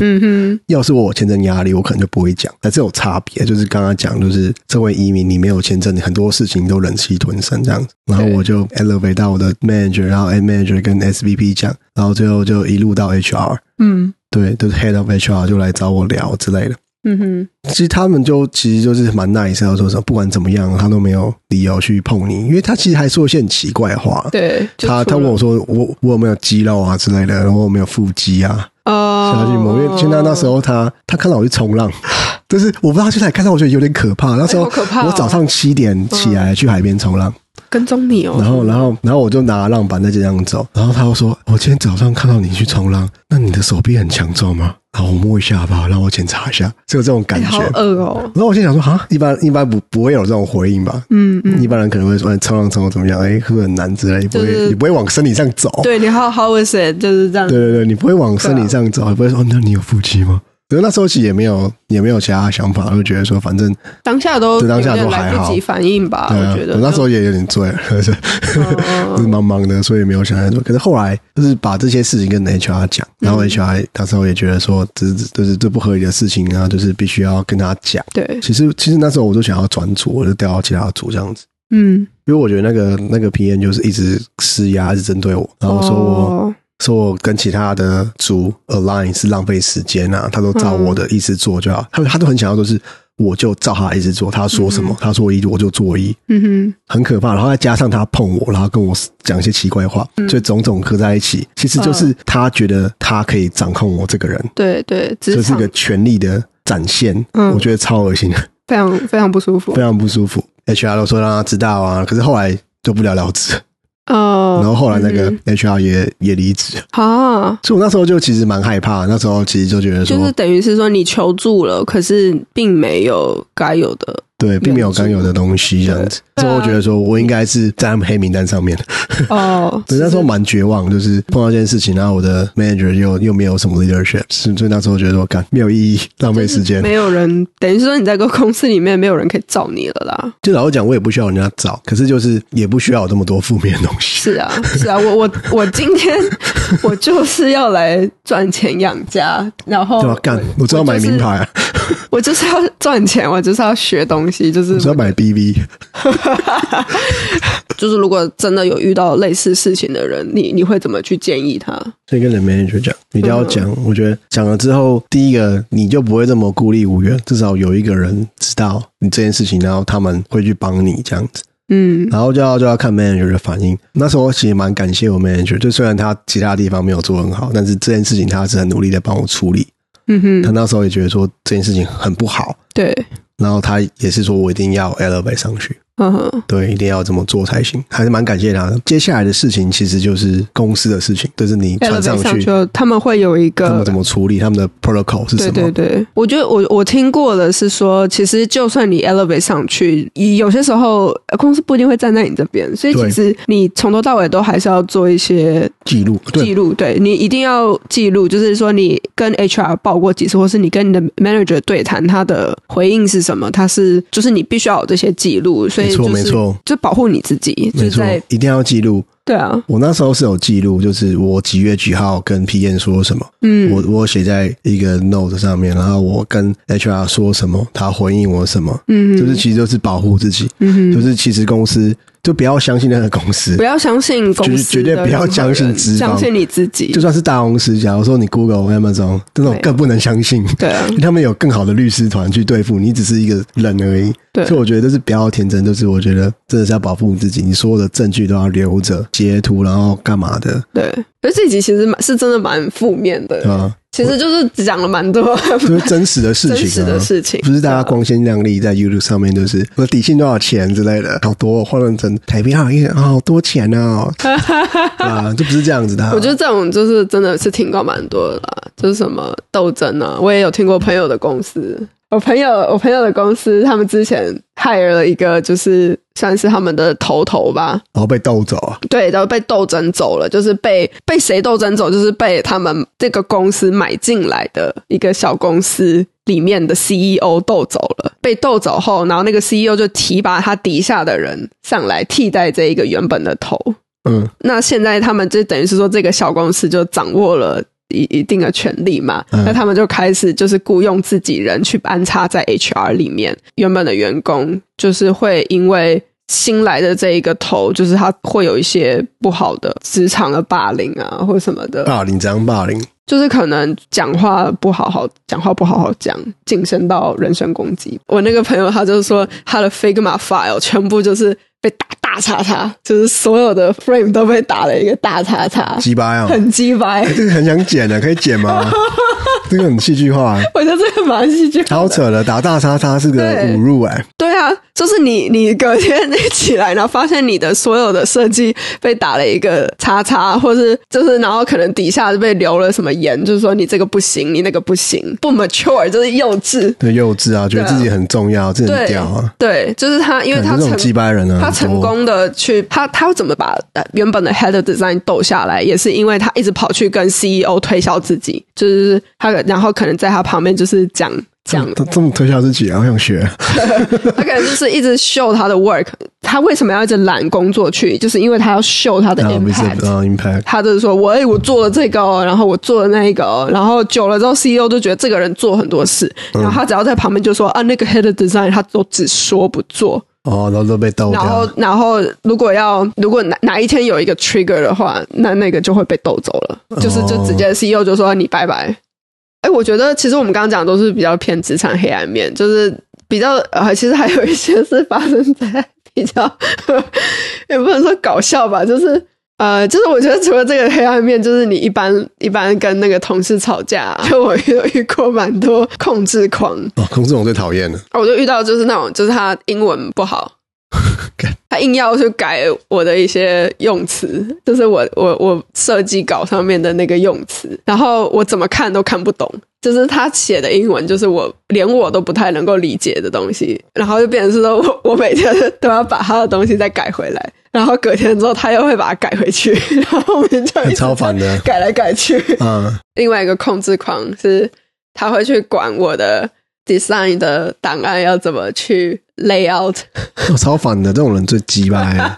S2: 嗯哼，
S1: 要是我有签证压力，我可能就不会讲。但这有差别，就是刚刚讲，就是身为移民，你没有签证，你很多事情都忍气吞声这样子。然后
S2: 对
S1: 我就 elevate 到我的 manager，然后 M manager 跟 SVP 讲，然后最后就一路到 HR，
S2: 嗯
S1: 对，就是 head of HR 就来找我聊之类的。
S2: 嗯哼，
S1: 其实他们就其实就是蛮 nice，要说什么，不管怎么样，他都没有理由去碰你，因为他其实还说一些很奇怪的话。
S2: 对，就
S1: 他
S2: 除
S1: 他问
S2: 了
S1: 我说我我有没有肌肉啊之类的，然后我有没有腹肌啊？
S2: 哦，
S1: 小金某月，现在那时候他他看到我去冲浪， (laughs) 就是我不知道他去哪里看到，我觉得有点可怕。那时候
S2: 哎好可怕哦
S1: 我早上七点起来去海边冲浪，
S2: 跟踪你哦，
S1: 然后然后然后我就拿浪板在街上走，然后他又说我今天早上看到你去冲浪，那你的手臂很强壮吗？然后我摸一下吧，让我检查一下，就有这种感
S2: 哎
S1: 觉
S2: 好。恶哦，
S1: 然后我心想说啊，一般一般不不会有这种回应吧？
S2: 嗯嗯，
S1: 一般人可能会说哎冲浪冲浪怎么样？哎，会不会很难之类，不
S2: 就
S1: 会
S2: 是
S1: 你不会往身体上走。
S2: 对你好好 is it 就是这样，
S1: 对对对，你不会往生理上走，也不会说那你有腹肌吗？可是那时候其实也没有也没有其他想法，就觉得说反正
S2: 当下都
S1: 对当下都
S2: 有点
S1: 还
S2: 来
S1: 好
S2: 不及反应吧，
S1: 对啊
S2: 我觉，得
S1: 我那时候也有点醉了， (laughs) 就是 (laughs) 就是
S2: 嗯
S1: 茫茫的，所以没有想太多。可是后来就是把这些事情跟 HR 讲，
S2: 嗯
S1: 然后 HR 那时候也觉得说这这这是这不合理的事情啊，就是必须要跟他讲。
S2: 对，
S1: 其实其实那时候我就想要转组，我就调到其他组这样子。
S2: 嗯，
S1: 因为我觉得那个那个 PM 就是一直施压，一直针对我，然后说我、
S2: 哦
S1: 说我跟其他的族 align 是浪费时间啊，他都照我
S2: 嗯
S1: 的意思做就好。他他都很想要，就是我就照他的意思做，他说什么，他说一我就做一，
S2: 嗯
S1: 很可怕。然后再加上他碰我，然后跟我讲一些奇怪话，
S2: 嗯
S1: 所以种种合在一起，其实就是他觉得他可以掌控我这个人
S2: 哼，，对对，
S1: 这
S2: 职
S1: 是
S2: 场
S1: 个权力的展现，
S2: 嗯
S1: 我觉得超恶心的， (laughs)
S2: 非常非常不舒服
S1: 非，常不舒服。HR 都说让他知道啊，可是后来就不了了之，
S2: 哦，
S1: 然后后来那个
S2: 嗯
S1: HR 也也离职。
S2: 啊，
S1: 所以我那时候就其实蛮害怕，那时候其实就觉得说， (laughs)
S2: 就是等于是说你求助了，可是并没有该有的
S1: 对，并没有刚有的东西这样子。
S2: 对
S1: 所以我
S2: 对啊
S1: 觉得说我应该是在他们黑名单上面的。
S2: 哦，
S1: 对，那时候蛮绝望，就是碰到这件事情，然后我的 manager 又又没有什么 leadership，所以所以那时候觉得说，干没有意义，浪费时间。
S2: 没有人，等于是说你在个公司里面没有人可以罩你了啦。
S1: 就老实讲，我也不需要人家找，可是就是也不需要有这么多负面的东西。
S2: 是啊，是啊，我我我今
S1: (laughs)
S2: 天我就是要来赚钱养家，然后
S1: 对吧？干，我知道买名牌、啊，
S2: 我就是要赚钱，我就是要学东西，就是
S1: 我知道买 BV，
S2: 就是如果真的有遇到类似事情的人，你你会怎么去建议他？
S1: 所以跟人 manager 讲，你一定要
S2: 嗯
S1: 讲。我觉得讲了之后，第一个你就不会这么孤立无援，至少有一个人知道你这件事情，然后他们会去帮你这样子。
S2: 嗯，
S1: 然后就要就要看 manager 的反应。那时候我其实蛮感谢我 manager，就虽然他其他地方没有做很好，但是这件事情他是很努力的帮我处理。
S2: 嗯哼，
S1: 他那时候也觉得说这件事情很不好，
S2: 对，
S1: 然后他也是说我一定要 elevate 上去，
S2: 嗯哼，
S1: 对，一定要这么做才行，还是蛮感谢他的。接下来的事情其实就是公司的事情，就是你传上
S2: elevate 上
S1: 去
S2: 去后，他们会有一
S1: 他们
S2: 个
S1: 怎么处理，他们的 protocol 是什
S2: 呃对
S1: 么？
S2: 对对，我觉得我我听过的是说，其实就算你 elevate 上去，有些时候呃公司不一定会站在你这边，所以
S1: 对
S2: 其实你从头到尾都还是要做一些
S1: 记录对
S2: 记录，对你一定要记录，就是说你跟 HR 报过几次，或是你跟你的 manager 对谈，他的回应是什么？他是就是你必须要有这些记录，所以、
S1: 没
S2: 就是、
S1: 错没，错
S2: 就保护你自己，就
S1: 没
S2: 是
S1: 错
S2: 在，
S1: 一定要记录。
S2: 对啊，
S1: 我那时候是有记录，就是我几月几号跟 PM 说什么，
S2: 嗯，
S1: 我我写在一个 note 上面，然后我跟 HR 说什么，他回应我什么，
S2: 嗯
S1: 就是其实就是保护自己，
S2: 嗯哼
S1: 就是其实公司就不要相信那个公司
S2: 不，要相信公司
S1: 绝对
S2: 的
S1: 不要
S2: 任何
S1: 相信
S2: 人啊
S1: 资方
S2: 相信你自己
S1: 就，算是大公司，假如说你 Google、Amazon 这种
S2: 对
S1: 更不能相信，
S2: 对啊
S1: 因为他们有更好的律师团去对付你，只是一个人而已。
S2: 对
S1: 所以我觉得就是不要天真，就是我觉得真的是要保护你自己，你所有的证据都要留着，截图然后干嘛的，
S2: 对。所以这集其实蛮是真的蛮负面的，
S1: 对
S2: (laughs)
S1: 吧？
S2: 其实就是讲了蛮多
S1: 就是真实的事
S2: 真
S1: 情、啊，
S2: 实的事情，啊
S1: 不是大家光鲜亮丽在 YouTube 上面，就是我底薪多少钱之类的，好多换算成台币好一啊好多钱
S2: (laughs)
S1: 哦，啊，这不是这样子的啊、
S2: 我觉得这种就是真的是听过蛮多的啦，就是什么斗争啊，我也有听过朋友的公司，我朋友我朋友的公司，他们之前 hire 了一个就是算是他们的头头吧，
S1: 然后被斗走啊，
S2: 对，然后被斗争走了，就是被被谁斗争走，就是被他们这个公司买进来的一个小公司里面的 CEO 斗走了。被斗走后，然后那个 CEO 就提拔他底下的人上来替代这一个原本的头。
S1: 嗯，
S2: 那现在他们就等于是说，这个小公司就掌握了。一一定的权利嘛，
S1: 嗯
S2: 那他们就开始就是雇佣自己人去安插在 HR 里面，原本的员工就是会因为新来的这一个头，就是他会有一些不好的职场的霸凌啊，或什么的，
S1: 霸凌，怎样霸凌？
S2: 就是可能讲话不好好讲话不好好讲，晋升到人身攻击。我那个朋友他就是说，他的 Figma file 全部就是被打大叉叉，就是所有的 frame 都被打了一个大叉叉，
S1: 鸡巴啊呀、
S2: 很鸡掰。 (laughs)
S1: 这个很想剪的，可以剪吗？这个很戏剧化、啊。
S2: 我觉得这个蛮戏剧化
S1: 超
S2: 的。
S1: 扯了，打大叉叉是个
S2: 对
S1: 侮辱哎、
S2: 对啊，就是你你隔天起来，然后发现你的所有的设计被打了一个叉叉，或是就是然后可能底下被留了什么言，就是说你这个不行，你那个不行，不 mature 就是幼稚。
S1: 对，幼稚啊，觉得
S2: 对啊
S1: 自己很重要，自己很
S2: 对
S1: 屌啊，
S2: 对，就是他，因为他
S1: 感觉这
S2: 成
S1: 种鸡巴人啊，
S2: 他
S1: 很
S2: 成
S1: 多
S2: 功的去他他要怎么把呃原本的 head of design 斗下来，也是因为他一直跑去跟 CEO 推销自己，就是他然后可能在他旁边就是讲讲
S1: (laughs) 这这么推销自己啊，我想
S2: (laughs)
S1: 学。
S2: 他可能就是一直秀他的 work，他为什么要一直揽工作去？就是因为他要秀他的
S1: 然后不是
S2: impact。
S1: 啊，impact，
S2: 他就是说，我哎、我做了这个、哦，然后我做了那一个、哦，然后久了之后，CEO 就觉得这个人做很多事，
S1: 嗯
S2: 然后他只要在旁边就说啊，那个 head of design 他都只说不做，
S1: 哦，然后都被斗
S2: 然
S1: 掉
S2: 后。然后如果要如果哪哪一天有一个 trigger 的话，那那个就会被斗走了，就是就直接 CEO 就说你拜拜。哎，我觉得其实我们刚刚讲的都是比较偏职场黑暗面，就是比较呃，其实还有一些是发生在比较 (laughs) 也不能说搞笑吧，就是。呃，就是我觉得除了这个黑暗面，就是你一般一般跟那个同事吵架、啊就我遇遇过蛮多控制狂，
S1: 哦，孔志勇最讨厌了。 (laughs)
S2: 我就遇到就是那种，就是他英文不好，他硬要去改我的一些用词，就是我我我设计稿上面的那个用词，然后我怎么看都看不懂，就是他写的英文，就是我连我都不太能够理解的东西，然后就变成是说 (laughs) 我我每天都要把他的东西再改回来，然后隔天之后他又会把它改回去， (laughs) 然后我们就
S1: 很超烦的
S2: (laughs) 改来改去。
S1: 嗯，
S2: 另外一个控制狂是他会去管我的 design 的档案要怎么去 layout。
S1: 我哦超烦的，这种人最鸡巴
S2: (laughs)
S1: 欸。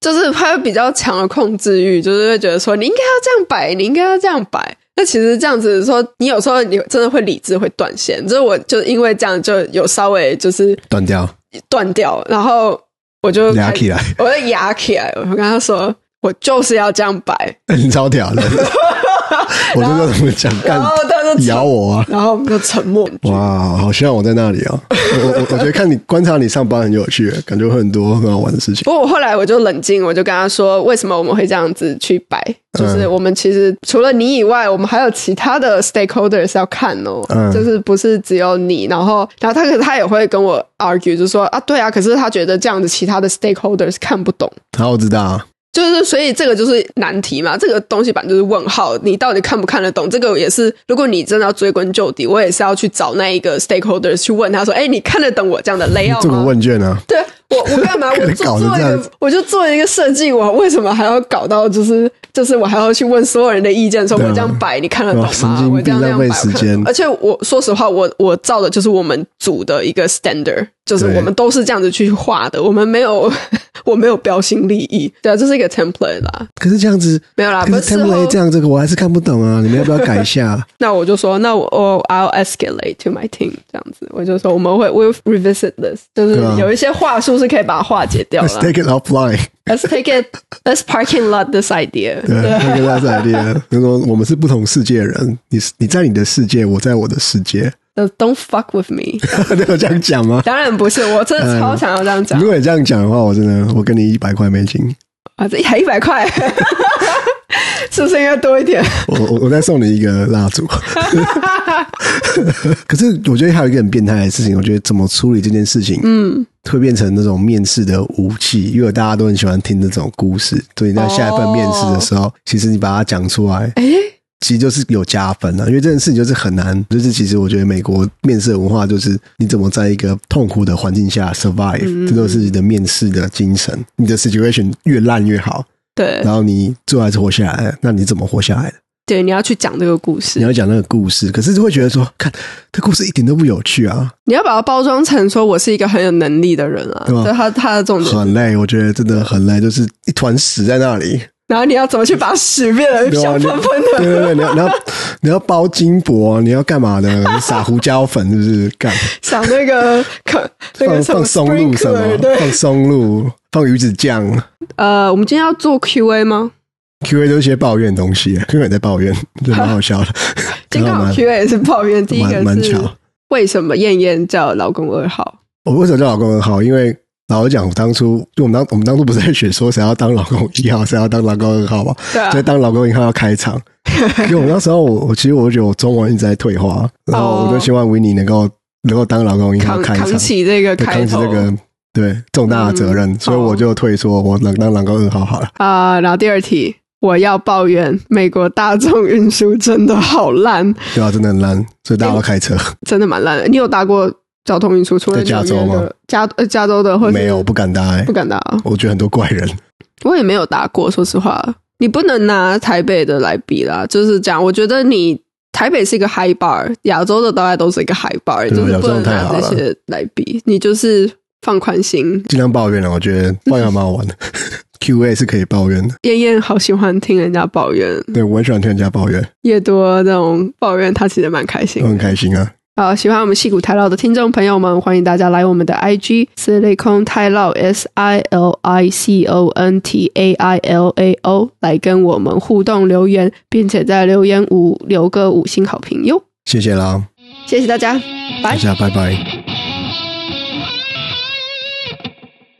S2: 就是他有比较强的控制欲，就是会觉得说你应该要这样摆，你应该要这样摆。那其实这样子说，你有时候你真的会理智会断线。就是我就因为这样就有稍微就是
S1: 断掉，
S2: 断掉，然后我就
S1: 压
S2: 开
S1: 起来， (laughs)
S2: 我就压起来，我跟他说我就是要这样摆，
S1: 你超屌
S2: (laughs)
S1: 的。我就说怎么讲，
S2: 然
S1: 干
S2: 后他就沉
S1: 咬，我啊！
S2: 然后我们就沉默。
S1: 哇，好希望我在那里
S2: (laughs)
S1: 哦。我我我觉得看你观察你上班很有趣，感觉会很多很好玩的事情。
S2: 不过我后来我就冷静，我就跟他说，为什么我们会这样子去摆？就是
S1: 嗯
S2: 我们其实除了你以外，我们还有其他的 stakeholders 要看哦，
S1: 嗯
S2: 就是不是只有你。然后，然后他可是他也会跟我 argue，就说啊，对啊，可是他觉得这样子其他的 stakeholders 看不懂。
S1: 好，我知道，
S2: 就是，所以这个就是难题嘛。这个东西版就是问号，你到底看不看得懂？这个也是，如果你真的要追根究底，我也是要去找那一个 stakeholders 去问他说，哎，你看得懂我这样的 layout
S1: 做个
S2: 吗？
S1: 问卷啊，
S2: (laughs) 对我，我干嘛？我做
S1: 搞
S2: 做
S1: 成
S2: 一
S1: 这样
S2: 个，我就做一个设计，我为什么还要搞到就是就是我还要去问所有人的意见，说我
S1: 对啊
S2: 这样摆你看得懂
S1: 哇神
S2: 吗？
S1: 经
S2: 我这样
S1: 病
S2: 那样摆
S1: 浪费时
S2: 我看得懂
S1: 间
S2: 而且我说实话，我我照的就是我们组的一个 standard，就是
S1: 对
S2: 我们都是这样子去画的，我们没有 (laughs) 我没有标新立异，对啊，这是一个 template 啦，
S1: 可是这样子，
S2: 没有啊啦，不
S1: 可
S2: 是
S1: 是
S2: 事后
S1: template 这样这个我还是看不懂啊，你们要不要改一
S2: (laughs)
S1: 下？
S2: 那我就说，那我哦、I'll escalate to my team 这样子，我就说我们会 we'll revisit this，就是
S1: 对啊
S2: 有一些话术是可以把它化解掉
S1: Let's
S2: 啦。
S1: take it offline。
S2: Let's take it. Let's parking lot this idea.
S1: 对，那个大赛列，他说我们是不同世界的人，你你在你的世界，我在我的世界， (laughs)
S2: So Don't fuck with me.
S1: 你有这样讲
S2: (laughs)
S1: 吗？
S2: 当然不是，我真的超想要这样
S1: 嗯
S2: 讲
S1: 如。果你这样讲的话，我真的我给你一百块美金，
S2: 啊，这还一百块， (laughs) 是不是应该多一点？
S1: 我我我再送你一个蜡烛。 (laughs) 可是我觉得还有一个很变态的事情，我觉得怎么处理这件事情，嗯，会变成那种面试的武器，因为大家都很喜欢听这种故事。所以你在下一份面试的时候，其实你把它讲出来，
S2: 哎、
S1: 其实就是有加分啊的、因为这件事情就是很难，就是其实我觉得美国面试的文化就是你怎么在一个痛苦的环境下 survive，、这都是你的面试的精神。你的 situation 越烂越好，
S2: 对
S1: 然后你最后还是活下来了，那你怎么活下来的？
S2: 对，你要去讲这个故事，
S1: 你要讲那个故事，可是就会觉得说，看这故事一点都不有趣啊，
S2: 你要把它包装成说我是一个很有能力的人啊，
S1: 对吧
S2: 这是他他的重点。
S1: 很累，我觉得真的很累，就是一团屎在那里。
S2: 然后你要怎么去把屎变得
S1: 对啊
S2: 香
S1: 你
S2: 喷喷
S1: 对
S2: 的？
S1: 对对，你要你要你要包金箔，啊你要干嘛的？你撒胡椒粉是不是？干。
S2: 想那个可那个
S1: 放
S2: 什么
S1: 放松露什
S2: sprinkler，
S1: 么，
S2: 对，
S1: 放松露，放鱼子酱。
S2: 呃，我们今天要做 Q&A 吗？
S1: Q A 都是些抱怨的东西，Q 啊 A 在抱怨，这蛮好笑的。
S2: (laughs) 今天刚好
S1: 蛮
S2: Q&A 是抱怨，第一
S1: 蛮
S2: 个
S1: 蛮
S2: 是
S1: 巧。
S2: 为什么燕燕叫老公二号？
S1: 我为什么叫老公很好？因为老实讲，我当初就我们当我们当初不是在选说谁要当老公一号，谁要当老公二号吗？(laughs)
S2: 对啊
S1: 所以，当老公一号要开场。因为我那时候我我其实我觉得我中文一直在退
S2: 哦
S1: 化，然后我就希望维尼能够能够当老公一号
S2: 扛
S1: 开场，
S2: 扛起这个
S1: 对
S2: 开
S1: 扛起
S2: 头
S1: 这
S2: 嗯
S1: 个对重大的责任，所以我就退缩，我能当老公二号好了。
S2: 啊、然后第二题，我要抱怨美国大众运输真的好烂，
S1: 对啊，真的很烂，所以大家都开车。
S2: 真的蛮烂的。你有搭过交通运输？除了
S1: 在加州
S2: 纽约的
S1: 吗？
S2: 加呃加州的，或者是
S1: 没有，不敢搭、欸
S2: 不。敢搭啊。
S1: 我觉得很多怪人，
S2: 我也没有搭过，说实话，你不能拿台北的来比啦，就是这样。我觉得你台北是一个 high bar，亚洲的大概都是一个 high bar，
S1: 对啊
S2: 就是
S1: 亚
S2: 不
S1: 洲
S2: 能
S1: 太
S2: 拿
S1: 好
S2: 这
S1: 了
S2: 些来比，你就是放宽心。
S1: 尽量抱怨啊了。我觉得抱怨还蛮好玩的。Q (laughs) A 是可以抱怨的，
S2: 燕燕好喜欢听人家抱怨，
S1: 对我很喜欢听人家抱怨，
S2: 越多那种抱怨，她其实蛮开心
S1: 我
S2: 的。
S1: 很开心啊。
S2: 好，喜欢我们戏骨太唠的听众朋友们，欢迎大家来我们的 IG 是类空太唠 S I L I C O N T A I L A O 来跟我们互动留言，并且在留言五留个五星好评哟，
S1: 谢谢啦，
S2: 谢谢大家，拜
S1: 大。
S2: 哎
S1: 家拜拜。